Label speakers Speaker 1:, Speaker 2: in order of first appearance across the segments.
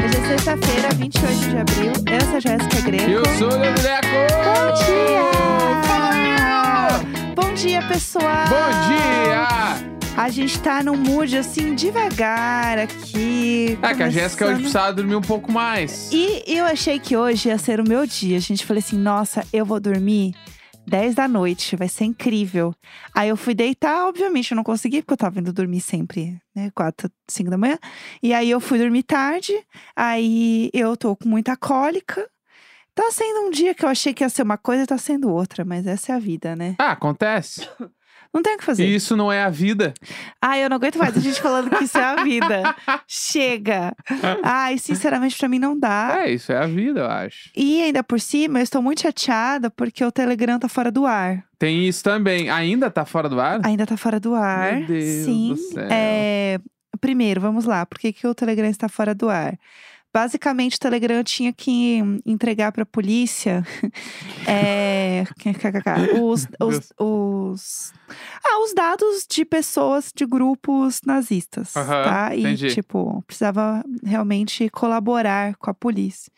Speaker 1: é é 28 de abril. Eu sou a Jéssica Greco.
Speaker 2: Eu sou o Leandro
Speaker 1: Bom
Speaker 2: Greco!
Speaker 1: dia! Bom dia, pessoal!
Speaker 2: Bom dia!
Speaker 1: A gente tá num mood assim, devagar aqui.
Speaker 2: É que a Jéssica hoje
Speaker 1: começando.
Speaker 2: precisava dormir um pouco mais.
Speaker 1: E eu achei que hoje ia ser o meu dia. A gente falou assim: nossa, eu vou dormir 10 da noite, vai ser incrível. Aí eu fui deitar, obviamente eu não consegui, porque eu tava indo dormir sempre, né? 4, 5 da manhã. E aí eu fui dormir tarde, aí eu tô com muita cólica. Tá sendo um dia que eu achei que ia ser uma coisa, tá sendo outra, mas essa é a vida, né?
Speaker 2: Ah, acontece.
Speaker 1: Não tem o que fazer.
Speaker 2: E isso não é a vida.
Speaker 1: Ai, eu não aguento mais a gente falando que isso é a vida. Chega! Ai, sinceramente, pra mim não dá.
Speaker 2: É, isso é a vida, eu acho.
Speaker 1: E ainda por cima, eu estou muito chateada porque o Telegram tá fora do ar.
Speaker 2: Tem isso também. Ainda tá fora do ar?
Speaker 1: Ainda tá fora do ar.
Speaker 2: Meu Deus
Speaker 1: Sim.
Speaker 2: do céu.
Speaker 1: É, Primeiro, vamos lá. Por que, que o Telegram está fora do ar? Basicamente, o Telegram tinha que entregar para a polícia é, kkk, os, os, os- ah, os dados de pessoas de grupos nazistas,
Speaker 2: Aham,
Speaker 1: tá? E,
Speaker 2: entendi.
Speaker 1: tipo, precisava realmente colaborar com a polícia.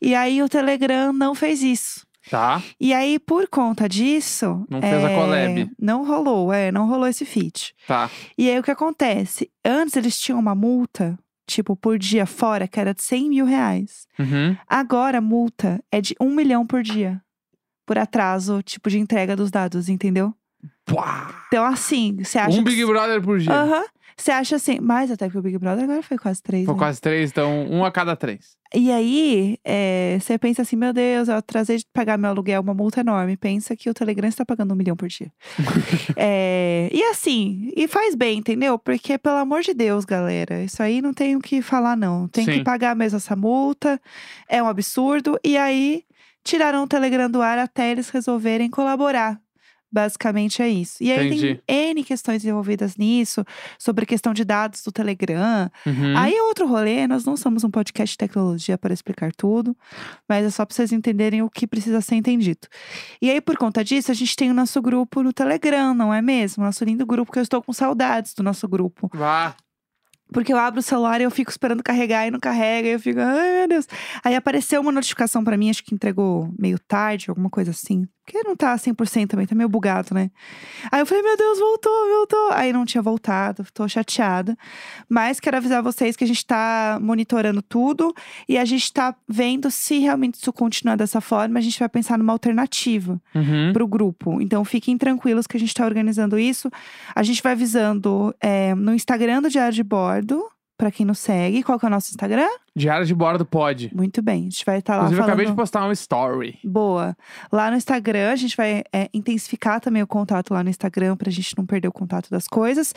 Speaker 1: E aí, o Telegram não fez isso.
Speaker 2: Tá.
Speaker 1: E aí, por conta disso.
Speaker 2: Não fez a
Speaker 1: é,
Speaker 2: collab.
Speaker 1: Não rolou, é, não rolou esse feat.
Speaker 2: Tá.
Speaker 1: E aí, o que acontece? Antes eles tinham uma multa, tipo, por dia fora, que era de 100 mil reais.
Speaker 2: Uhum.
Speaker 1: Agora a multa é de 1 milhão por dia. Por atraso, tipo, de entrega dos dados, entendeu?
Speaker 2: Pá!
Speaker 1: Então, assim, você acha.
Speaker 2: Um
Speaker 1: que-
Speaker 2: Big Brother por dia.
Speaker 1: Aham. Você acha assim, mas até que o Big Brother agora foi quase três.
Speaker 2: Foi
Speaker 1: né?
Speaker 2: quase três, então um a cada três.
Speaker 1: E aí, é, você pensa assim, meu Deus, eu atrasei de pagar meu aluguel, uma multa enorme. Pensa que o Telegram está pagando um milhão por dia. É, e assim, e faz bem, entendeu? Porque, pelo amor de Deus, galera, isso aí não tem o que falar, não. Tem que
Speaker 2: Sim.
Speaker 1: pagar mesmo essa multa, é um absurdo. E aí, tiraram o Telegram do ar até eles resolverem colaborar. Basicamente é isso. E aí
Speaker 2: Entendi.
Speaker 1: tem N questões envolvidas nisso, sobre questão de dados do Telegram,
Speaker 2: Uhum.
Speaker 1: Aí é outro rolê, nós não somos um podcast de tecnologia para explicar tudo, mas é só para vocês entenderem o que precisa ser entendido. E aí, por conta disso, a gente tem o nosso grupo no Telegram, não é mesmo? Nosso lindo grupo, que eu estou com saudades do nosso grupo.
Speaker 2: Vá.
Speaker 1: Porque eu abro o celular e eu fico esperando carregar e não carrega, e eu fico, ai meu Deus. Aí apareceu uma notificação para mim, acho que entregou meio tarde, alguma coisa assim. Porque não tá 100% também, tá meio bugado, né? Aí eu falei, meu Deus, voltou, voltou. Aí não tinha voltado, tô chateada. Mas quero avisar vocês que a gente tá monitorando tudo e a gente tá vendo se realmente isso continuar dessa forma, a gente vai pensar numa alternativa
Speaker 2: Uhum.
Speaker 1: pro grupo. Então fiquem tranquilos que a gente tá organizando isso. A gente vai avisando é, no Instagram do Diário de Bordo. Pra quem nos segue, qual que é o nosso Instagram?
Speaker 2: Diário de bordo pode.
Speaker 1: Muito bem, a gente vai estar lá
Speaker 2: Inclusive, eu
Speaker 1: falando...
Speaker 2: acabei de postar uma story.
Speaker 1: Boa. Lá no Instagram, a gente vai é, intensificar também o contato lá no Instagram pra gente não perder o contato das coisas.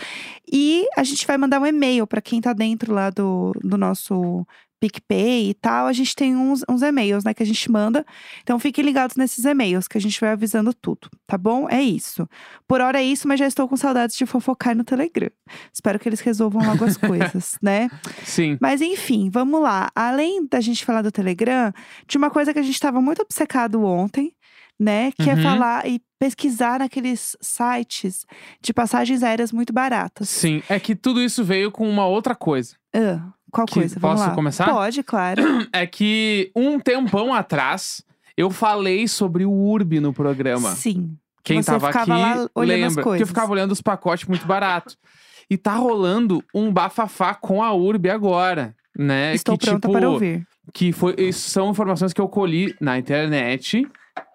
Speaker 1: E a gente vai mandar um e-mail pra quem tá dentro lá do, do nosso PicPay e tal. A gente tem uns, uns e-mails, né, que a gente manda. Então fiquem ligados nesses e-mails que a gente vai avisando tudo, tá bom? É isso. Por hora é isso, mas já estou com saudades de fofocar no Telegram. Espero que eles resolvam logo as coisas, né?
Speaker 2: Sim.
Speaker 1: Mas enfim, vamos lá. Além da gente falar do Telegram, de uma coisa que a gente estava muito obcecado ontem, né? Que é
Speaker 2: Uhum.
Speaker 1: falar e pesquisar naqueles sites de passagens aéreas muito baratas.
Speaker 2: Sim. É que tudo isso veio com uma outra coisa.
Speaker 1: Ah, qual
Speaker 2: Que-
Speaker 1: coisa? Vamos
Speaker 2: posso
Speaker 1: lá.
Speaker 2: começar?
Speaker 1: Pode, claro.
Speaker 2: É que um tempão atrás eu falei sobre o Urb no programa.
Speaker 1: Sim. que
Speaker 2: Quem
Speaker 1: você
Speaker 2: tava
Speaker 1: ficava
Speaker 2: aqui
Speaker 1: lá olhando as
Speaker 2: lembra que eu
Speaker 1: coisas.
Speaker 2: ficava olhando os pacotes muito barato. E tá rolando um bafafá com a Urb agora, né?
Speaker 1: Estou
Speaker 2: que,
Speaker 1: pronta
Speaker 2: tipo,
Speaker 1: para ouvir.
Speaker 2: que foi, isso são informações que eu colhi na internet,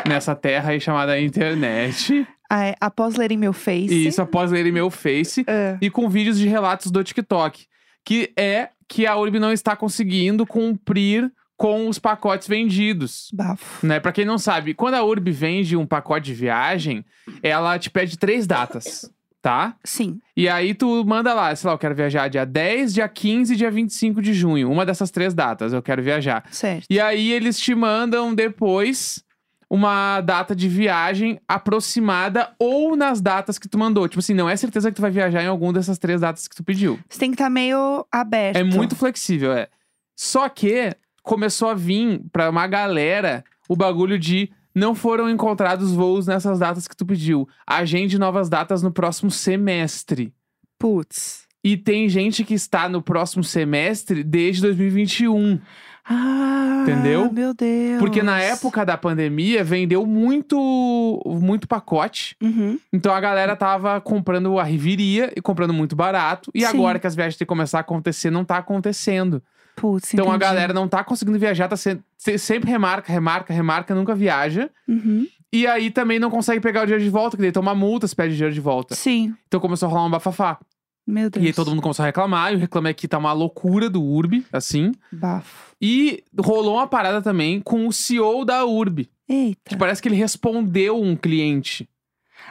Speaker 2: nessa terra aí chamada internet.
Speaker 1: Ah, é, após lerem meu face.
Speaker 2: E isso após lerem meu Face
Speaker 1: ah,
Speaker 2: e com vídeos de relatos do TikTok, que é que a Urb não está conseguindo cumprir com os pacotes vendidos.
Speaker 1: bafo.
Speaker 2: Né? Para quem não sabe, quando a Urb vende um pacote de viagem, ela te pede três datas, tá?
Speaker 1: Sim.
Speaker 2: E aí tu manda lá, sei lá, eu quero viajar dia 10, dia 15 e dia 25 de junho, uma dessas três datas, eu quero viajar.
Speaker 1: Certo.
Speaker 2: E aí eles te mandam depois uma data de viagem aproximada ou nas datas que tu mandou. Tipo assim, não é certeza que tu vai viajar em alguma dessas três datas que tu pediu.
Speaker 1: Você tem que estar meio aberto.
Speaker 2: É muito flexível, é. Só que começou a vir pra uma galera o bagulho de não foram encontrados voos nessas datas que tu pediu. Agende novas datas no próximo semestre.
Speaker 1: Putz.
Speaker 2: E tem gente que está no próximo semestre desde 2021.
Speaker 1: Ah,
Speaker 2: Entendeu?
Speaker 1: Meu Deus.
Speaker 2: um, Porque na época da pandemia vendeu muito, muito pacote.
Speaker 1: Uhum.
Speaker 2: Então a galera tava comprando a riveria e comprando muito barato. E
Speaker 1: Sim.
Speaker 2: agora que as viagens têm que começar a acontecer, não tá acontecendo.
Speaker 1: Putz,
Speaker 2: Então a
Speaker 1: entendi.
Speaker 2: galera não tá conseguindo viajar, tá se- se- sempre remarca, remarca, remarca, nunca viaja.
Speaker 1: Uhum.
Speaker 2: E aí também não consegue pegar o dinheiro de volta, que daí toma multa, se pede dinheiro de volta.
Speaker 1: Sim.
Speaker 2: Então começou a rolar um bafafá.
Speaker 1: Meu Deus.
Speaker 2: E aí todo mundo começou a reclamar, e o reclame aqui tá uma loucura do Urb, assim.
Speaker 1: Bafo.
Speaker 2: E rolou uma parada também com o CEO da Urb.
Speaker 1: Eita.
Speaker 2: Que parece que ele respondeu um cliente.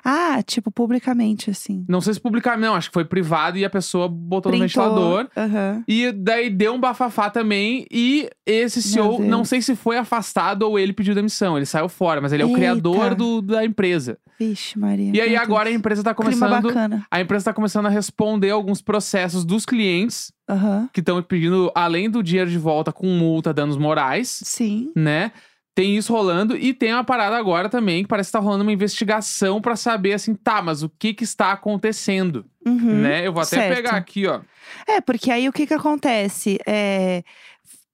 Speaker 1: Ah, tipo, publicamente, assim.
Speaker 2: Não sei se publicamente, não, acho que foi privado e a pessoa botou no
Speaker 1: Printou.
Speaker 2: ventilador.
Speaker 1: Aham.
Speaker 2: E daí deu um bafafá também. E esse CEO,
Speaker 1: Deus.
Speaker 2: não sei se foi afastado ou ele pediu demissão. Ele saiu fora, mas ele é o
Speaker 1: Eita.
Speaker 2: criador do- da empresa.
Speaker 1: Vixe, Maria.
Speaker 2: E aí
Speaker 1: meu
Speaker 2: agora a
Speaker 1: Deus.
Speaker 2: empresa tá
Speaker 1: Clima
Speaker 2: começando.
Speaker 1: bacana.
Speaker 2: A empresa tá começando a responder alguns processos dos clientes
Speaker 1: Aham.
Speaker 2: que estão pedindo, além do dinheiro de volta, com multa, danos morais,
Speaker 1: Sim.
Speaker 2: né? Tem isso rolando e tem uma parada agora também que parece que tá rolando uma investigação pra saber assim, tá, mas o que que está acontecendo,
Speaker 1: Uhum.
Speaker 2: né? Eu vou até
Speaker 1: certo.
Speaker 2: pegar aqui, ó.
Speaker 1: É, porque aí o que que acontece? É,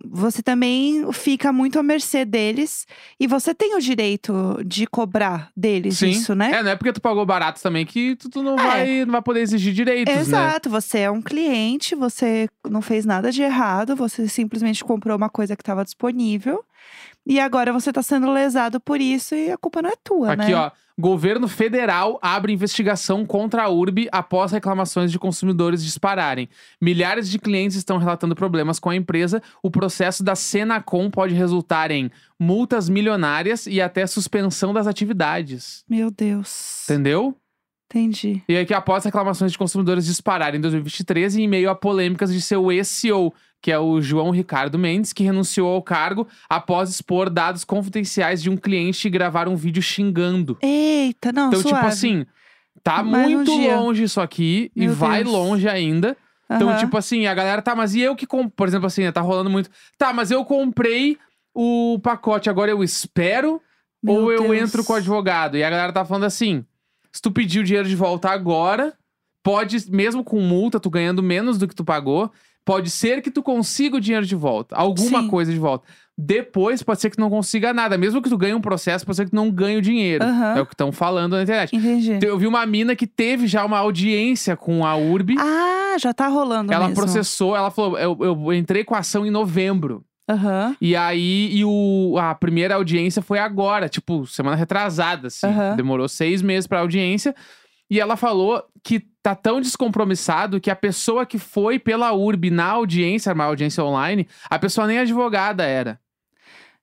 Speaker 1: você também fica muito à mercê deles e você tem o direito de cobrar deles
Speaker 2: Sim.
Speaker 1: isso, né? É.
Speaker 2: É, não é porque tu pagou barato também que tu, tu não vai não vai poder exigir direitos, né?
Speaker 1: Exato, você é um cliente, você não fez nada de errado, você simplesmente comprou uma coisa que estava disponível e agora você está sendo lesado por isso e a culpa não é tua,
Speaker 2: Aqui,
Speaker 1: né?
Speaker 2: ó. Governo federal abre investigação contra a URB após reclamações de consumidores dispararem. Milhares de clientes estão relatando problemas com a empresa. O processo da Senacom pode resultar em multas milionárias e até suspensão das atividades.
Speaker 1: Meu Deus.
Speaker 2: Entendeu?
Speaker 1: Entendi.
Speaker 2: E aqui, após reclamações de consumidores dispararem em 2023 e em meio a polêmicas de seu ex-CEO, que é o João Ricardo Mendes, que renunciou ao cargo após expor dados confidenciais de um cliente e gravar um vídeo xingando.
Speaker 1: Eita, não,
Speaker 2: então,
Speaker 1: suave.
Speaker 2: tipo assim, tá
Speaker 1: Mais um
Speaker 2: muito
Speaker 1: dia.
Speaker 2: longe isso aqui e
Speaker 1: Meu
Speaker 2: vai
Speaker 1: Deus.
Speaker 2: longe ainda. Então,
Speaker 1: Aham.
Speaker 2: tipo assim, a galera tá, mas e eu que comprei? Por exemplo, assim, tá rolando muito. Tá, mas eu comprei o pacote, agora eu espero
Speaker 1: Meu
Speaker 2: ou eu
Speaker 1: Deus.
Speaker 2: entro com o advogado? E a galera tá falando assim: se tu pedir o dinheiro de volta agora, pode, mesmo com multa, tu ganhando menos do que tu pagou, pode ser que tu consiga o dinheiro de volta, alguma
Speaker 1: Sim.
Speaker 2: coisa de volta. Depois pode ser que tu não consiga nada. Mesmo que tu ganhe um processo, pode ser que tu não ganhe o dinheiro.
Speaker 1: Aham.
Speaker 2: É o que Então, estão falando na internet.
Speaker 1: Entendi.
Speaker 2: Eu vi uma mina que teve já uma audiência com a URB.
Speaker 1: Ah, já tá rolando
Speaker 2: ela
Speaker 1: mesmo.
Speaker 2: processou, ela falou: eu, eu entrei com a ação em novembro.
Speaker 1: Aham.
Speaker 2: E aí, e o, a primeira audiência foi agora, tipo, semana retrasada, assim.
Speaker 1: Aham.
Speaker 2: Demorou seis meses pra audiência. E ela falou que tá tão descompromissado que a pessoa que foi pela URB na audiência, uma audiência online, a pessoa nem advogada era.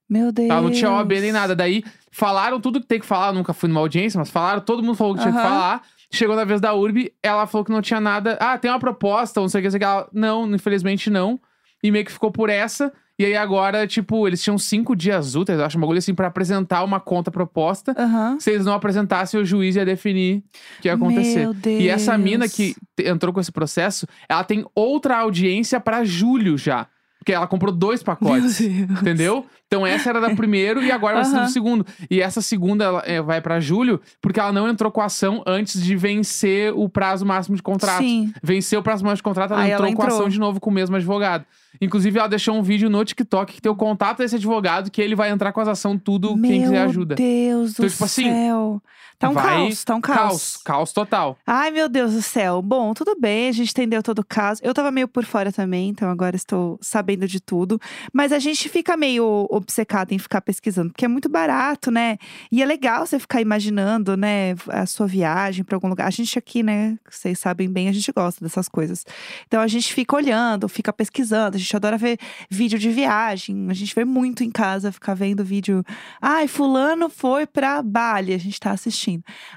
Speaker 1: Meu Deus.
Speaker 2: Ela não tinha OAB nem nada. Daí falaram tudo que tem que falar. Eu nunca fui numa audiência, mas falaram, todo mundo falou que tinha que
Speaker 1: Aham.
Speaker 2: falar. Chegou na vez da URB, ela falou que não tinha nada. Ah, tem uma proposta, não sei o que, não sei o que. Ela, não, infelizmente não. E meio que ficou por essa. E aí agora, tipo, eles tinham cinco dias úteis, eu acho, um bagulho assim, pra apresentar uma conta proposta.
Speaker 1: Aham.
Speaker 2: Se eles não apresentassem, o juiz ia definir o que ia acontecer.
Speaker 1: Meu Deus.
Speaker 2: E essa mina que te- entrou com esse processo, ela tem outra audiência pra julho já. Porque ela comprou dois
Speaker 1: Meu
Speaker 2: pacotes.
Speaker 1: Deus.
Speaker 2: Entendeu? Então essa era da primeiro e agora vai ser do
Speaker 1: Aham.
Speaker 2: segundo. E essa segunda ela, eh, vai pra julho porque ela não entrou com a ação antes de vencer o prazo máximo de contrato.
Speaker 1: Sim.
Speaker 2: Venceu o prazo máximo de contrato, ela
Speaker 1: Aí
Speaker 2: entrou
Speaker 1: ela
Speaker 2: com a
Speaker 1: entrou.
Speaker 2: ação de novo com o mesmo advogado. Inclusive, ela deixou um vídeo no TikTok que tem o contato desse advogado que ele vai entrar com as ações tudo, quem
Speaker 1: Meu
Speaker 2: quiser ajuda.
Speaker 1: Deus do
Speaker 2: Então, tipo assim,
Speaker 1: céu. Tá um
Speaker 2: vai-
Speaker 1: caos, tá um caos.
Speaker 2: Caos, caos total.
Speaker 1: Ai, meu Deus do céu. Bom, tudo bem, a gente entendeu todo o caso. Eu tava meio por fora também, então agora estou sabendo de tudo. Mas a gente fica meio obcecado em ficar pesquisando, porque é muito barato, né? E é legal você ficar imaginando, né, a sua viagem pra algum lugar. A gente aqui, né, vocês sabem bem, a gente gosta dessas coisas. Então a gente fica olhando, fica pesquisando, a gente adora ver vídeo de viagem. A gente vê muito em casa ficar vendo vídeo. Ai, fulano foi pra Bali, a gente tá assistindo.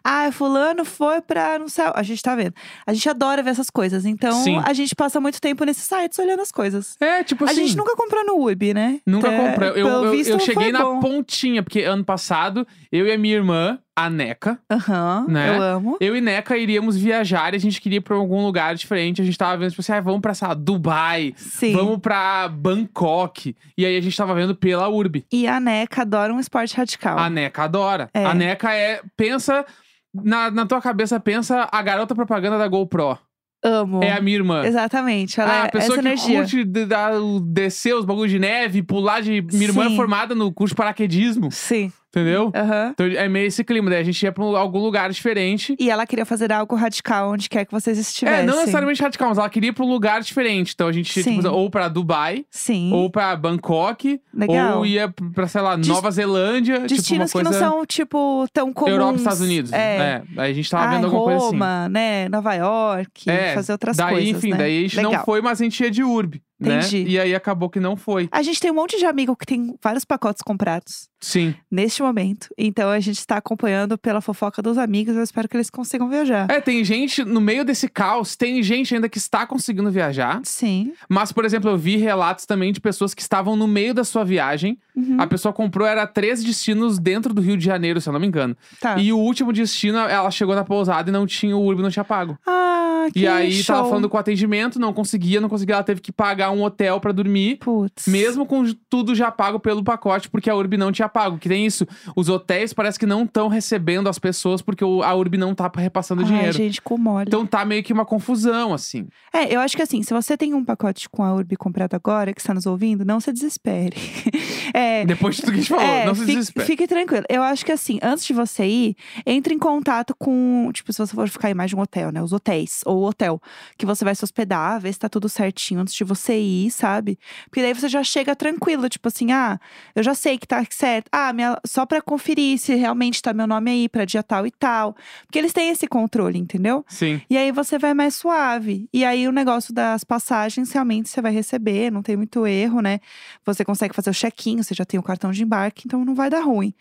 Speaker 1: Ai, fulano foi pra não sei, a gente tá vendo. A gente adora ver essas coisas. Então
Speaker 2: Sim.
Speaker 1: a gente passa muito tempo nesses sites olhando as coisas.
Speaker 2: É, tipo
Speaker 1: A
Speaker 2: assim.
Speaker 1: gente nunca comprou no UB, né?
Speaker 2: Nunca
Speaker 1: Então,
Speaker 2: comprei. Eu,
Speaker 1: pelo
Speaker 2: eu, eu
Speaker 1: visto,
Speaker 2: cheguei
Speaker 1: foi
Speaker 2: na
Speaker 1: bom.
Speaker 2: pontinha, porque ano passado, eu e a minha irmã, a Neca,
Speaker 1: Aham,
Speaker 2: né?
Speaker 1: eu amo.
Speaker 2: Eu e Neca iríamos viajar e a gente queria ir pra algum lugar diferente. A gente tava vendo, tipo assim, ah, vamos pra, sei lá, Dubai,
Speaker 1: Sim.
Speaker 2: vamos pra Bangkok. E aí a gente tava vendo pela URB.
Speaker 1: E a Neca adora um esporte radical.
Speaker 2: A Neca adora.
Speaker 1: É.
Speaker 2: A Neca é. Pensa. Na, na tua cabeça, pensa a garota propaganda da GoPro.
Speaker 1: Amo.
Speaker 2: É a minha irmã.
Speaker 1: Exatamente.
Speaker 2: Ah,
Speaker 1: Ela
Speaker 2: a
Speaker 1: é
Speaker 2: pessoa
Speaker 1: essa
Speaker 2: que
Speaker 1: energia.
Speaker 2: curte de- dar o- descer os bagulhos de neve, pular de. Minha irmã é
Speaker 1: Sim.
Speaker 2: formada no curso de paraquedismo,
Speaker 1: Sim.
Speaker 2: entendeu?
Speaker 1: Aham.
Speaker 2: Então é meio esse clima, daí a gente ia pra um- algum lugar diferente.
Speaker 1: E ela queria fazer algo radical onde quer que vocês estivessem.
Speaker 2: É, não necessariamente radical, mas ela queria ir pra um lugar diferente. Então a gente ia, tipo,
Speaker 1: Sim.
Speaker 2: ou pra Dubai,
Speaker 1: Sim.
Speaker 2: ou pra Bangkok,
Speaker 1: Legal.
Speaker 2: ou ia pra, sei lá,
Speaker 1: Des-
Speaker 2: Nova Zelândia.
Speaker 1: Destinos
Speaker 2: tipo uma coisa...
Speaker 1: que não são, tipo, tão comuns.
Speaker 2: Europa, Estados Unidos.
Speaker 1: É.
Speaker 2: É, Aí a gente tava
Speaker 1: Ai,
Speaker 2: vendo alguma
Speaker 1: Roma,
Speaker 2: coisa assim.
Speaker 1: né? Nova York,
Speaker 2: É,
Speaker 1: fazer outras
Speaker 2: daí,
Speaker 1: coisas,
Speaker 2: enfim,
Speaker 1: né?
Speaker 2: daí a gente
Speaker 1: Legal.
Speaker 2: não foi, mas a gente ia de urbe, né?
Speaker 1: Entendi.
Speaker 2: E aí acabou que não foi.
Speaker 1: A gente tem um monte de amigo que tem vários pacotes comprados
Speaker 2: Sim.
Speaker 1: neste momento. Então a gente está acompanhando pela fofoca dos amigos. Eu espero que eles consigam viajar.
Speaker 2: É, tem gente, no meio desse caos, tem gente ainda que está conseguindo viajar.
Speaker 1: Sim.
Speaker 2: Mas, por exemplo, eu vi relatos também de pessoas que estavam no meio da sua viagem.
Speaker 1: Uhum.
Speaker 2: A pessoa comprou, era três destinos dentro do Rio de Janeiro, se eu não me engano.
Speaker 1: Tá.
Speaker 2: E o último destino, ela chegou na pousada e não tinha o Urb, não tinha pago.
Speaker 1: Ah, que
Speaker 2: e aí
Speaker 1: show.
Speaker 2: tava falando com o atendimento, não conseguia, não conseguia. Ela teve que pagar um hotel pra dormir.
Speaker 1: Putz.
Speaker 2: Mesmo com tudo já pago pelo pacote, porque a Urb não tinha pago. Que tem isso. Os hotéis parece que não estão recebendo as pessoas porque o- a Urb não tá repassando
Speaker 1: Ai,
Speaker 2: dinheiro.
Speaker 1: gente, como olha.
Speaker 2: Então tá meio que uma confusão, assim.
Speaker 1: É, eu acho que assim, se você tem um pacote com a Urbi comprado agora, que está nos ouvindo, não se desespere. é,
Speaker 2: Depois de tudo que a gente falou,
Speaker 1: é,
Speaker 2: não se
Speaker 1: fique,
Speaker 2: desespere.
Speaker 1: fique tranquilo. Eu acho que assim, antes de você ir, entre em contato com, tipo, se você for ficar em mais de um hotel, né? Os hotéis, ou o hotel que você vai se hospedar, ver se tá tudo certinho antes de você ir, sabe? Porque daí você já chega tranquilo, tipo assim, ah, eu já sei que tá certo. Ah, minha- só pra conferir se realmente tá meu nome aí pra dia tal e tal. Porque eles têm esse controle, entendeu?
Speaker 2: Sim.
Speaker 1: E aí você vai mais suave. E aí o negócio das passagens realmente você vai receber, não tem muito erro, né? Você consegue fazer o check-in, você já tem o cartão de embarque, então não vai dar ruim.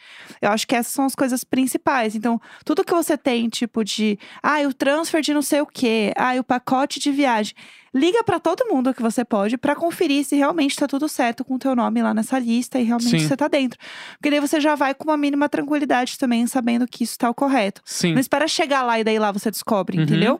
Speaker 1: Eu acho que essas são as coisas principais. Então, tudo que você tem, tipo de, ah, o transfer de não sei o quê, ah, o pacote de viagem, liga pra todo mundo que você pode pra conferir se realmente tá tudo certo com o teu nome lá nessa lista e realmente
Speaker 2: Sim.
Speaker 1: você tá dentro. Porque daí você já vai com uma mínima tranquilidade também, sabendo que isso tá o correto.
Speaker 2: Sim.
Speaker 1: Não espera chegar lá e daí lá você descobre,
Speaker 2: Uhum.
Speaker 1: entendeu? O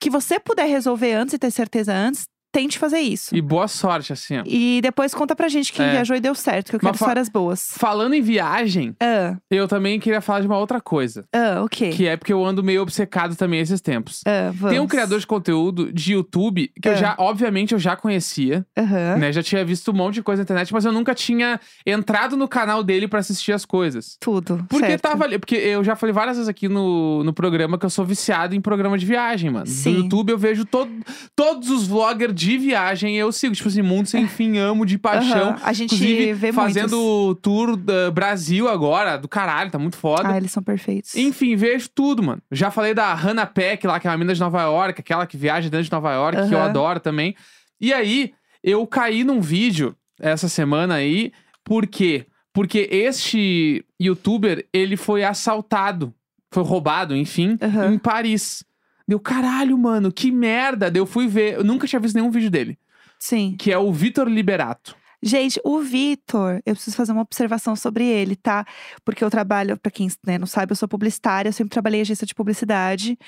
Speaker 1: Que você puder resolver antes e ter certeza antes, tente fazer isso.
Speaker 2: E boa sorte, assim. ó.
Speaker 1: E, depois conta pra gente quem
Speaker 2: É.
Speaker 1: viajou e deu certo, que eu
Speaker 2: Mas
Speaker 1: quero
Speaker 2: fa-
Speaker 1: histórias boas.
Speaker 2: Falando em viagem,
Speaker 1: Ah,
Speaker 2: eu também queria falar de uma outra coisa.
Speaker 1: ah, o quê?
Speaker 2: Que é porque eu ando meio obcecado também esses tempos.
Speaker 1: Ah, vamos.
Speaker 2: Tem um criador de conteúdo de YouTube que eu
Speaker 1: É.
Speaker 2: já, obviamente, eu já conhecia,
Speaker 1: Aham.
Speaker 2: né? Já tinha visto um monte de coisa na internet, mas eu nunca tinha entrado no canal dele pra assistir as coisas.
Speaker 1: Tudo.
Speaker 2: Porque
Speaker 1: certo.
Speaker 2: tava ali. Porque eu já falei várias vezes aqui no, no programa que eu sou viciado em programa de viagem, mano.
Speaker 1: Sim.
Speaker 2: No YouTube eu vejo todo, todos os vloggers de viagem eu sigo. Tipo assim, mundo sem fim, amo de paixão.
Speaker 1: É. Aham, A gente
Speaker 2: Inclusive,
Speaker 1: vê muitos.
Speaker 2: fazendo o tour da Brasil agora, do caralho, tá muito foda.
Speaker 1: Ah, eles são perfeitos.
Speaker 2: Enfim, vejo tudo, mano. Já falei da Hannah Peck lá, que é uma mina de Nova York, aquela que viaja dentro de Nova York, que eu
Speaker 1: Aham.
Speaker 2: adoro também. E aí, eu caí num vídeo essa semana aí, por quê? Porque este youtuber, ele foi assaltado, foi roubado, enfim,
Speaker 1: Aham.
Speaker 2: em Paris. Deu, caralho, mano, que merda. Deu, fui ver. Eu nunca tinha visto nenhum vídeo dele.
Speaker 1: Sim.
Speaker 2: Que é o Vitor Liberato.
Speaker 1: Gente, o Vitor, eu preciso fazer uma observação sobre ele, tá? Porque eu trabalho, pra quem né, não sabe, eu sou publicitária, eu sempre trabalhei em agência de publicidade.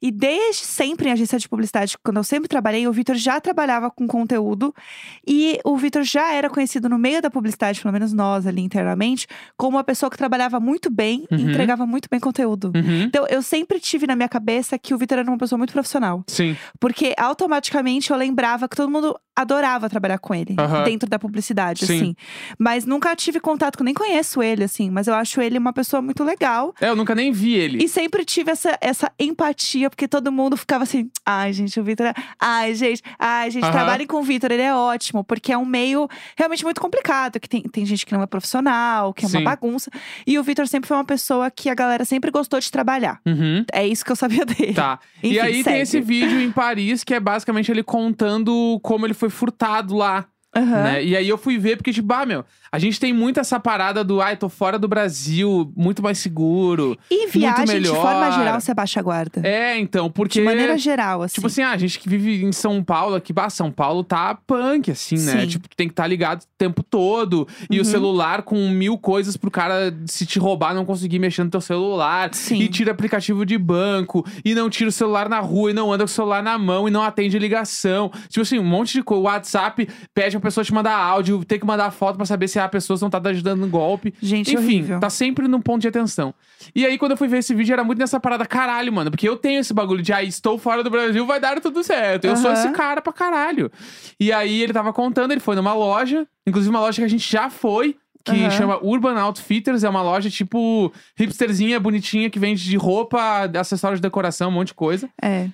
Speaker 1: E desde sempre em agência de publicidade, quando eu sempre trabalhei, o Vitor já trabalhava com conteúdo. E o Vitor já era conhecido no meio da publicidade, pelo menos nós ali internamente, como uma pessoa que trabalhava muito bem e
Speaker 2: Uhum.
Speaker 1: entregava muito bem conteúdo.
Speaker 2: Uhum.
Speaker 1: Então, eu sempre tive na minha cabeça que o Vitor era uma pessoa muito profissional.
Speaker 2: Sim.
Speaker 1: Porque automaticamente eu lembrava que todo mundo adorava trabalhar com ele
Speaker 2: Aham.
Speaker 1: dentro da publicidade,
Speaker 2: Sim.
Speaker 1: assim. Mas nunca tive contato, com nem conheço ele, assim, mas eu acho ele uma pessoa muito legal.
Speaker 2: É, eu nunca nem vi ele.
Speaker 1: E sempre tive essa, essa empatia, porque todo mundo ficava assim, ai, gente, o Vitor é. Ai, gente, ai, gente,
Speaker 2: Aham.
Speaker 1: trabalhem com o Vitor, ele é ótimo, porque é um meio realmente muito complicado. Que tem, tem gente que não é profissional, que é
Speaker 2: Sim.
Speaker 1: uma bagunça. E o Vitor sempre foi uma pessoa que a galera sempre gostou de trabalhar.
Speaker 2: Uhum.
Speaker 1: É isso que eu sabia dele.
Speaker 2: Tá. e
Speaker 1: Enfim,
Speaker 2: aí tem
Speaker 1: segue.
Speaker 2: esse vídeo em Paris que é basicamente ele contando como ele foi furtado lá.
Speaker 1: Aham.
Speaker 2: Né? E aí eu fui ver, porque, tipo, ah, meu, a gente tem muito essa parada do ai, tô fora do Brasil, muito mais seguro.
Speaker 1: E viagem, de
Speaker 2: melhor.
Speaker 1: forma geral, você abaixa a guarda.
Speaker 2: É, então, porque.
Speaker 1: De maneira geral, assim.
Speaker 2: Tipo assim, ah, a gente que vive em São Paulo aqui, bah, São Paulo tá punk, assim, né?
Speaker 1: Sim.
Speaker 2: Tipo, tu tem que estar ligado o tempo todo. E o
Speaker 1: Uhum.
Speaker 2: celular com mil coisas pro cara, se te roubar, não conseguir mexer no teu celular.
Speaker 1: Sim.
Speaker 2: E tira aplicativo de banco. E não tira o celular na rua. E não anda com o celular na mão. E não atende ligação. Tipo assim, um monte de coisa. O WhatsApp pede a pessoa te mandar áudio, ter que mandar foto pra saber se a pessoa não tá ajudando no golpe.
Speaker 1: Gente,
Speaker 2: Enfim,
Speaker 1: horrível.
Speaker 2: tá sempre num ponto de atenção. E aí, quando eu fui ver esse vídeo, era muito nessa parada, caralho, mano. Porque eu tenho esse bagulho de, ah, estou fora do Brasil, vai dar tudo certo. Eu sou
Speaker 1: Aham.
Speaker 2: esse cara pra caralho. E aí, ele tava contando, ele foi numa loja, inclusive uma loja que a gente já foi. Que
Speaker 1: Aham.
Speaker 2: chama Urban Outfitters, é uma loja tipo hipsterzinha, bonitinha, que vende de roupa, acessórios de decoração, um monte de coisa.
Speaker 1: É.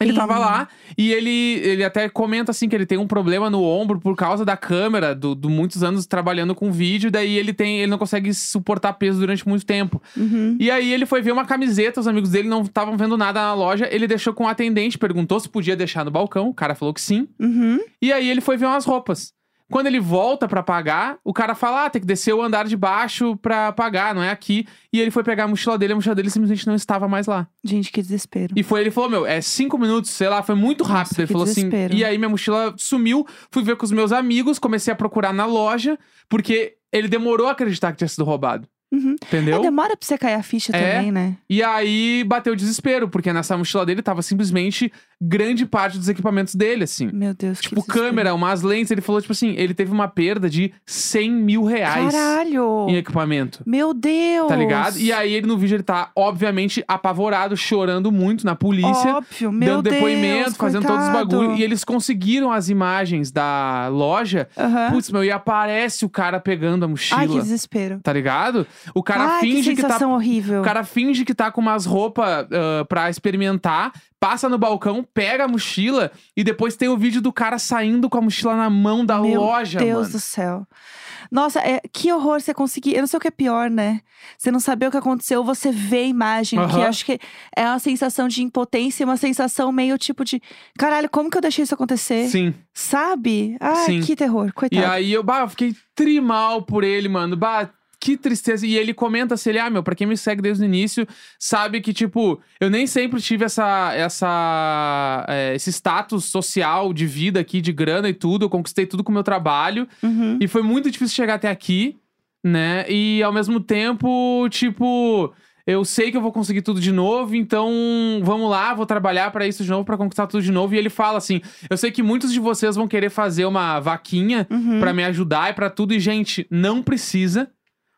Speaker 2: Ele
Speaker 1: Sim.
Speaker 2: tava lá e ele, ele até comenta assim que ele tem um problema no ombro por causa da câmera, do, do muitos anos trabalhando com vídeo, daí ele tem, ele não consegue suportar peso durante muito tempo.
Speaker 1: Uhum.
Speaker 2: E aí ele foi ver uma camiseta, os amigos dele não estavam vendo nada na loja, ele deixou com o atendente, perguntou se podia deixar no balcão, o cara falou que sim.
Speaker 1: Uhum.
Speaker 2: E aí ele foi ver umas roupas. Quando ele volta pra pagar, o cara fala: ah, tem que descer o andar de baixo pra pagar, não é aqui. E ele foi pegar a mochila dele, a mochila dele simplesmente não estava mais lá.
Speaker 1: Gente, que desespero.
Speaker 2: E foi, ele falou, meu, é cinco minutos, sei lá, foi muito rápido.
Speaker 1: Nossa,
Speaker 2: ele
Speaker 1: que
Speaker 2: falou
Speaker 1: desespero.
Speaker 2: assim. E aí minha mochila sumiu, fui ver com os meus amigos, comecei a procurar na loja, porque ele demorou a acreditar que tinha sido roubado.
Speaker 1: Uhum. É,
Speaker 2: Entendeu?
Speaker 1: demora pra você cair a ficha
Speaker 2: É.
Speaker 1: também, né?
Speaker 2: E aí bateu o desespero, porque nessa mochila dele tava simplesmente grande parte dos equipamentos dele, assim.
Speaker 1: Meu Deus, que
Speaker 2: Tipo,
Speaker 1: desespero.
Speaker 2: câmera, umas lentes. Ele falou, tipo assim, ele teve uma perda de 100 mil reais
Speaker 1: Caralho!
Speaker 2: em equipamento.
Speaker 1: Meu Deus!
Speaker 2: Tá ligado? E aí ele no vídeo ele tá, obviamente, apavorado, chorando muito na polícia.
Speaker 1: Óbvio, meu
Speaker 2: dando depoimento,
Speaker 1: Deus,
Speaker 2: fazendo todos os
Speaker 1: coitado.
Speaker 2: bagulho. E eles conseguiram as imagens da loja.
Speaker 1: Aham.
Speaker 2: Putz, meu, e aparece o cara pegando a mochila.
Speaker 1: Ai, que desespero.
Speaker 2: Tá ligado? O cara
Speaker 1: Ai,
Speaker 2: finge
Speaker 1: que
Speaker 2: que, tá.
Speaker 1: sensação horrível.
Speaker 2: O cara finge que tá com umas roupas ah, pra experimentar, passa no balcão, pega a mochila e depois tem o vídeo do cara saindo com a mochila na mão da
Speaker 1: Meu
Speaker 2: loja,
Speaker 1: Deus
Speaker 2: mano.
Speaker 1: do céu. Nossa, é- que horror você conseguir. Eu não sei o que é pior, né? Você não saber o que aconteceu, você vê a imagem. Que
Speaker 2: Aham.
Speaker 1: acho que é uma sensação de impotência, uma sensação meio tipo de: caralho, como que eu deixei isso acontecer?
Speaker 2: Sim.
Speaker 1: Sabe? Ai,
Speaker 2: Sim.
Speaker 1: que terror,
Speaker 2: E
Speaker 1: coitado.
Speaker 2: aí eu, bah, eu fiquei trimal por ele, mano. Bah, que tristeza. E ele comenta assim, ele, ah, meu, pra quem me segue desde o início, sabe que, tipo, eu nem sempre tive essa, essa, é, esse status social de vida aqui, de grana e tudo. Eu conquistei tudo com o meu trabalho.
Speaker 1: Uhum.
Speaker 2: E foi muito difícil chegar até aqui, né? E ao mesmo tempo, tipo, eu sei que eu vou conseguir tudo de novo, então vamos lá, vou trabalhar pra isso de novo, pra conquistar tudo de novo. E ele fala assim: "Eu sei que muitos de vocês vão querer fazer uma vaquinha
Speaker 1: Uhum.
Speaker 2: pra me ajudar e pra tudo e gente, não precisa,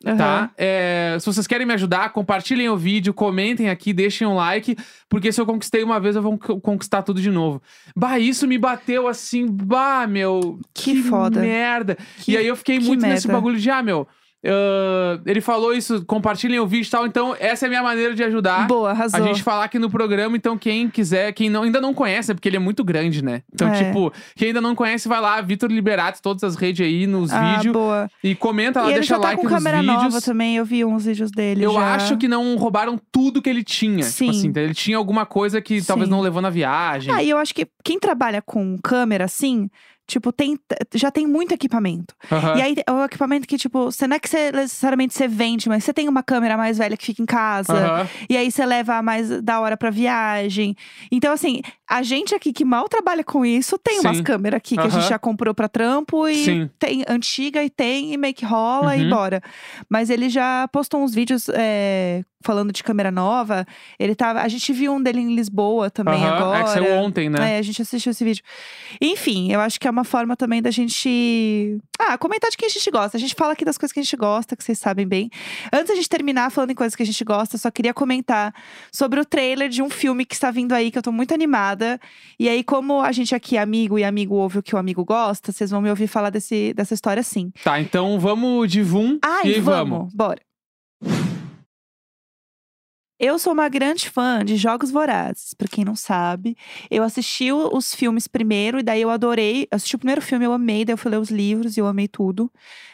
Speaker 1: Aham.
Speaker 2: tá? É, se vocês querem me ajudar, compartilhem o vídeo, comentem aqui, deixem um like, porque se eu conquistei uma vez, eu vou co- conquistar tudo de novo. Bah, isso me bateu assim, bah, meu,
Speaker 1: Que foda.
Speaker 2: merda.
Speaker 1: Que-
Speaker 2: e aí eu fiquei
Speaker 1: que
Speaker 2: muito nesse
Speaker 1: merda.
Speaker 2: bagulho de, ah, meu. ah, ele falou isso, compartilhem o vídeo e tal. Então, essa é a minha maneira de ajudar.
Speaker 1: Boa,
Speaker 2: A
Speaker 1: arrasou.
Speaker 2: gente falar aqui no programa, então quem quiser, quem não, ainda não conhece, é porque ele é muito grande, né? Então,
Speaker 1: É.
Speaker 2: tipo, quem ainda não conhece, vai lá, Vitor Liberato, todas as redes aí nos
Speaker 1: ah,
Speaker 2: vídeos.
Speaker 1: boa.
Speaker 2: E comenta lá,
Speaker 1: e ele
Speaker 2: deixa
Speaker 1: já tá
Speaker 2: like
Speaker 1: com
Speaker 2: nos
Speaker 1: câmera
Speaker 2: vídeos.
Speaker 1: nova também, eu vi uns vídeos dele.
Speaker 2: Eu
Speaker 1: já.
Speaker 2: acho que não roubaram tudo que ele tinha.
Speaker 1: Sim.
Speaker 2: Tipo assim, ele tinha alguma coisa que talvez
Speaker 1: Sim.
Speaker 2: não levou na viagem.
Speaker 1: Ah, e eu acho que quem trabalha com câmera assim, tipo, tem, já tem muito equipamento.
Speaker 2: Aham.
Speaker 1: E aí é um equipamento que, tipo, você não é que você necessariamente você vende, mas você tem uma câmera mais velha que fica em casa.
Speaker 2: Aham.
Speaker 1: E aí você leva a mais da hora pra viagem. Então, assim, a gente aqui que mal trabalha com isso, tem umas
Speaker 2: Sim.
Speaker 1: câmeras aqui que a gente
Speaker 2: Aham.
Speaker 1: já comprou pra trampo e
Speaker 2: Sim.
Speaker 1: tem antiga e tem, e meio que rola e
Speaker 2: Uhum.
Speaker 1: bora. Mas ele já postou uns vídeos é, falando de câmera nova. Ele tava. A gente viu um dele em Lisboa também
Speaker 2: Aham.
Speaker 1: agora.
Speaker 2: É que saiu ontem, né?
Speaker 1: É, a gente assistiu esse vídeo. Enfim, eu acho que é uma forma também da gente. Ah, comentar de quem a gente gosta. A gente fala aqui das coisas que a gente gosta, que vocês sabem bem. Antes da gente terminar falando em coisas que a gente gosta, eu só queria comentar sobre o trailer de um filme que está vindo aí, que eu tô muito animada. E aí, como a gente aqui é amigo e amigo ouve o que o amigo gosta, vocês vão me ouvir falar desse, dessa história sim.
Speaker 2: Tá, então vamos de Vum
Speaker 1: Ai,
Speaker 2: e aí
Speaker 1: vamos. Bora. Eu sou uma grande fã de Jogos Vorazes, pra quem não sabe. Eu assisti o- os filmes primeiro, e daí eu adorei. Eu assisti o primeiro filme, eu amei, daí eu fui ler os livros e eu amei tudo.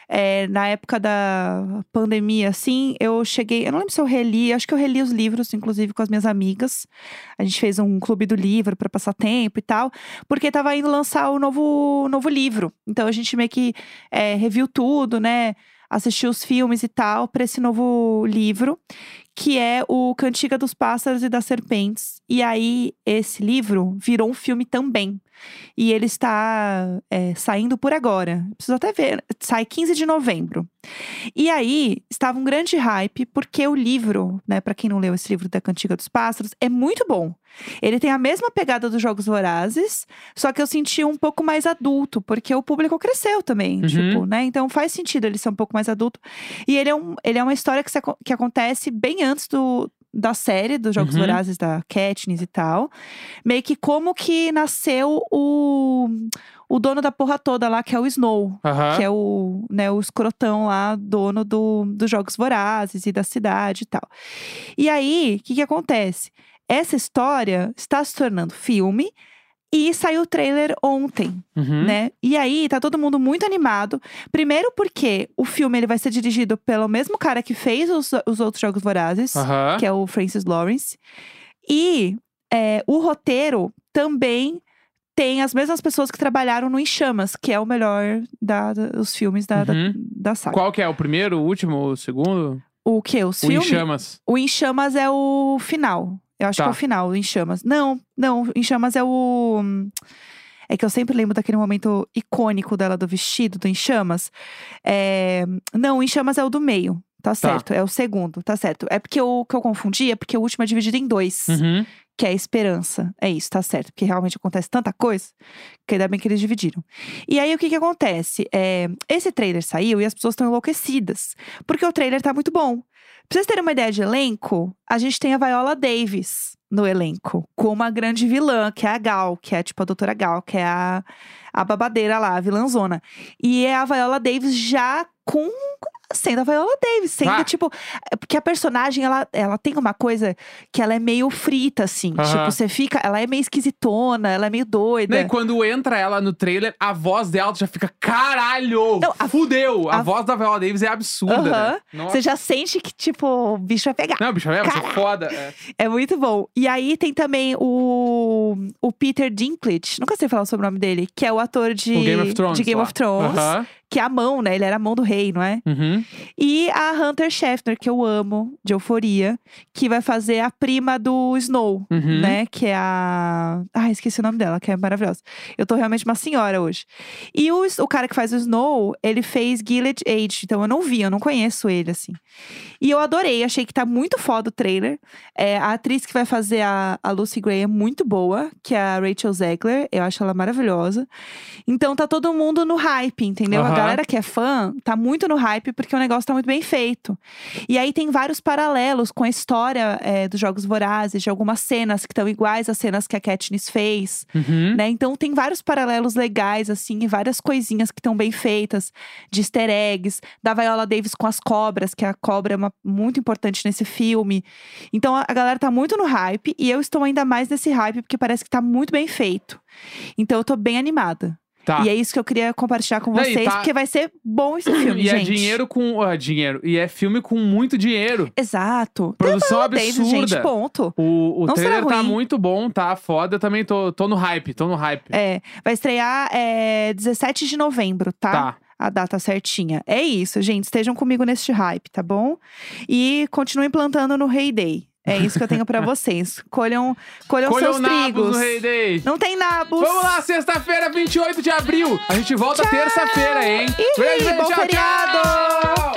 Speaker 1: É, na época da pandemia, assim, eu cheguei. Eu não lembro se eu reli, acho que eu reli os livros, inclusive, com as minhas amigas. A gente fez um clube do livro pra passar tempo e tal, porque tava indo lançar o novo, novo livro. Então a gente meio que é, reviu tudo, né? assistir os filmes e tal para esse novo livro, que é o Cantiga dos Pássaros e das Serpentes. E aí esse livro virou um filme também. E ele está é, saindo por agora. Preciso até ver. né? Sai 15 de novembro. E aí, estava um grande hype, porque o livro, né, para quem não leu esse livro da Cantiga dos Pássaros, é muito bom. Ele tem a mesma pegada dos Jogos Vorazes, só que eu senti um pouco mais adulto, porque o público cresceu também,
Speaker 2: Uhum.
Speaker 1: tipo, né? Então faz sentido ele ser um pouco mais adulto. E ele é, um, ele é uma história que, se aco- que acontece bem antes do, da série dos Jogos
Speaker 2: Uhum.
Speaker 1: Vorazes, da Katniss e tal. Meio que como que nasceu o, o dono da porra toda lá, que é o Snow.
Speaker 2: Aham.
Speaker 1: Que é o, né, o escrotão lá, dono do, dos Jogos Vorazes e da cidade e tal. E aí, o que, que acontece? Essa história está se tornando filme e saiu o trailer ontem,
Speaker 2: Uhum.
Speaker 1: né? E aí, tá todo mundo muito animado. Primeiro porque o filme ele vai ser dirigido pelo mesmo cara que fez os, os outros Jogos Vorazes
Speaker 2: Aham.
Speaker 1: que é o Francis Lawrence. E é, o roteiro também tem as mesmas pessoas que trabalharam no Em Chamas, que é o melhor da- da- dos filmes da, da-
Speaker 2: Uhum.
Speaker 1: da, saga.
Speaker 2: Qual que é? O primeiro, o último, o segundo?
Speaker 1: O que? Os
Speaker 2: O Em
Speaker 1: filmes?
Speaker 2: Chamas.
Speaker 1: O Em Chamas é o final. Eu acho
Speaker 2: Tá.
Speaker 1: que é o final, o Em Chamas. Não, não, o Em Chamas é o. É que eu sempre lembro daquele momento icônico dela do vestido, do Em Chamas. É, Não, o Em Chamas é o do meio. Tá certo, é o segundo, tá certo. É porque o que eu confundi é porque o último é dividido em dois
Speaker 2: Uhum.
Speaker 1: que é a esperança. É isso, tá certo. Porque realmente acontece tanta coisa que ainda bem que eles dividiram. E aí, o que que acontece? É, esse trailer saiu e as pessoas estão enlouquecidas. Porque o trailer tá muito bom. Pra vocês terem uma ideia de elenco, a gente tem a Viola Davis no elenco. Como a grande vilã, que é a Gal. Que é tipo a Doutora Gal, que é a, a babadeira lá, a vilãzona. E é a Viola Davis já com... Sendo a Viola Davis, sendo
Speaker 2: Ah.
Speaker 1: tipo. é Porque a personagem, ela, ela tem uma coisa que ela é meio frita, assim.
Speaker 2: Aham.
Speaker 1: Tipo, você fica. Ela é meio esquisitona, ela é meio doida.
Speaker 2: Não, E quando entra ela no trailer, a voz dela já fica caralho!
Speaker 1: Não, a-
Speaker 2: fudeu! A,
Speaker 1: a-
Speaker 2: voz da Viola Davis é absurda.
Speaker 1: Aham.
Speaker 2: né? Nossa.
Speaker 1: Você já sente que, tipo, o bicho vai pegar.
Speaker 2: Não, bicho, é, você é
Speaker 1: Caralho.
Speaker 2: foda. É.
Speaker 1: É muito bom. E aí tem também o, o Peter Dinklage, nunca sei falar sobre o nome dele, que é o ator de
Speaker 2: O Game of Thrones.
Speaker 1: de Game
Speaker 2: lá.
Speaker 1: of Thrones,
Speaker 2: Aham.
Speaker 1: que é a mão, né? Ele era a mão do rei, não é?
Speaker 2: Uhum.
Speaker 1: E a Hunter Scheffner, que eu amo, de Euforia, que vai fazer a prima do Snow,
Speaker 2: Uhum.
Speaker 1: né? Que é a. Ah, esqueci o nome dela, que é maravilhosa. Eu tô realmente uma senhora hoje. E o, o cara que faz o Snow, ele fez Gilead Age, então eu não vi, eu não conheço ele, assim. E eu adorei, achei que tá muito foda o trailer. É, a atriz que vai fazer a, a Lucy Gray é muito boa, que é a Rachel Zegler, eu acho ela maravilhosa. Então tá todo mundo no hype, entendeu? A
Speaker 2: Aham.
Speaker 1: galera que é fã tá muito no hype porque o negócio tá muito bem feito. E aí tem vários paralelos com a história é, dos Jogos Vorazes, de algumas cenas que estão iguais às cenas que a Katniss fez,
Speaker 2: Uhum.
Speaker 1: né? Então tem vários paralelos legais, assim, e várias coisinhas que estão bem feitas, de easter eggs, da Viola Davis com as cobras, que a cobra é uma- muito importante nesse filme. Então a a galera tá muito no hype, e eu estou ainda mais nesse hype, porque parece que tá muito bem feito. Então eu tô bem animada.
Speaker 2: Tá.
Speaker 1: E é isso que eu queria compartilhar com
Speaker 2: Não, e
Speaker 1: vocês,
Speaker 2: tá-
Speaker 1: porque vai ser bom esse filme,
Speaker 2: E é
Speaker 1: gente.
Speaker 2: dinheiro com. Ah, dinheiro. E é filme com muito dinheiro.
Speaker 1: Exato.
Speaker 2: Produção
Speaker 1: Davis,
Speaker 2: absurda.
Speaker 1: gente, ponto.
Speaker 2: O, o
Speaker 1: Não será
Speaker 2: trailer tá
Speaker 1: ruim.
Speaker 2: muito bom, tá foda. Eu também tô, tô no hype, tô no hype.
Speaker 1: É, vai estrear é, 17 de novembro, tá?
Speaker 2: Tá.
Speaker 1: A data certinha. É isso, gente. Estejam comigo neste hype, tá bom? E continuem plantando no Rei Day. É isso que eu tenho pra vocês. Colham, colham,
Speaker 2: Colheu
Speaker 1: seus
Speaker 2: nabos
Speaker 1: trigos.
Speaker 2: no Rei Day.
Speaker 1: Não tem nabos.
Speaker 2: Vamos lá, sexta-feira, 28 de abril. A gente volta
Speaker 1: Tchau.
Speaker 2: terça-feira, hein?
Speaker 1: Ih,
Speaker 2: Beijo,
Speaker 1: bom
Speaker 2: tchau,
Speaker 1: feriado.
Speaker 2: tchau.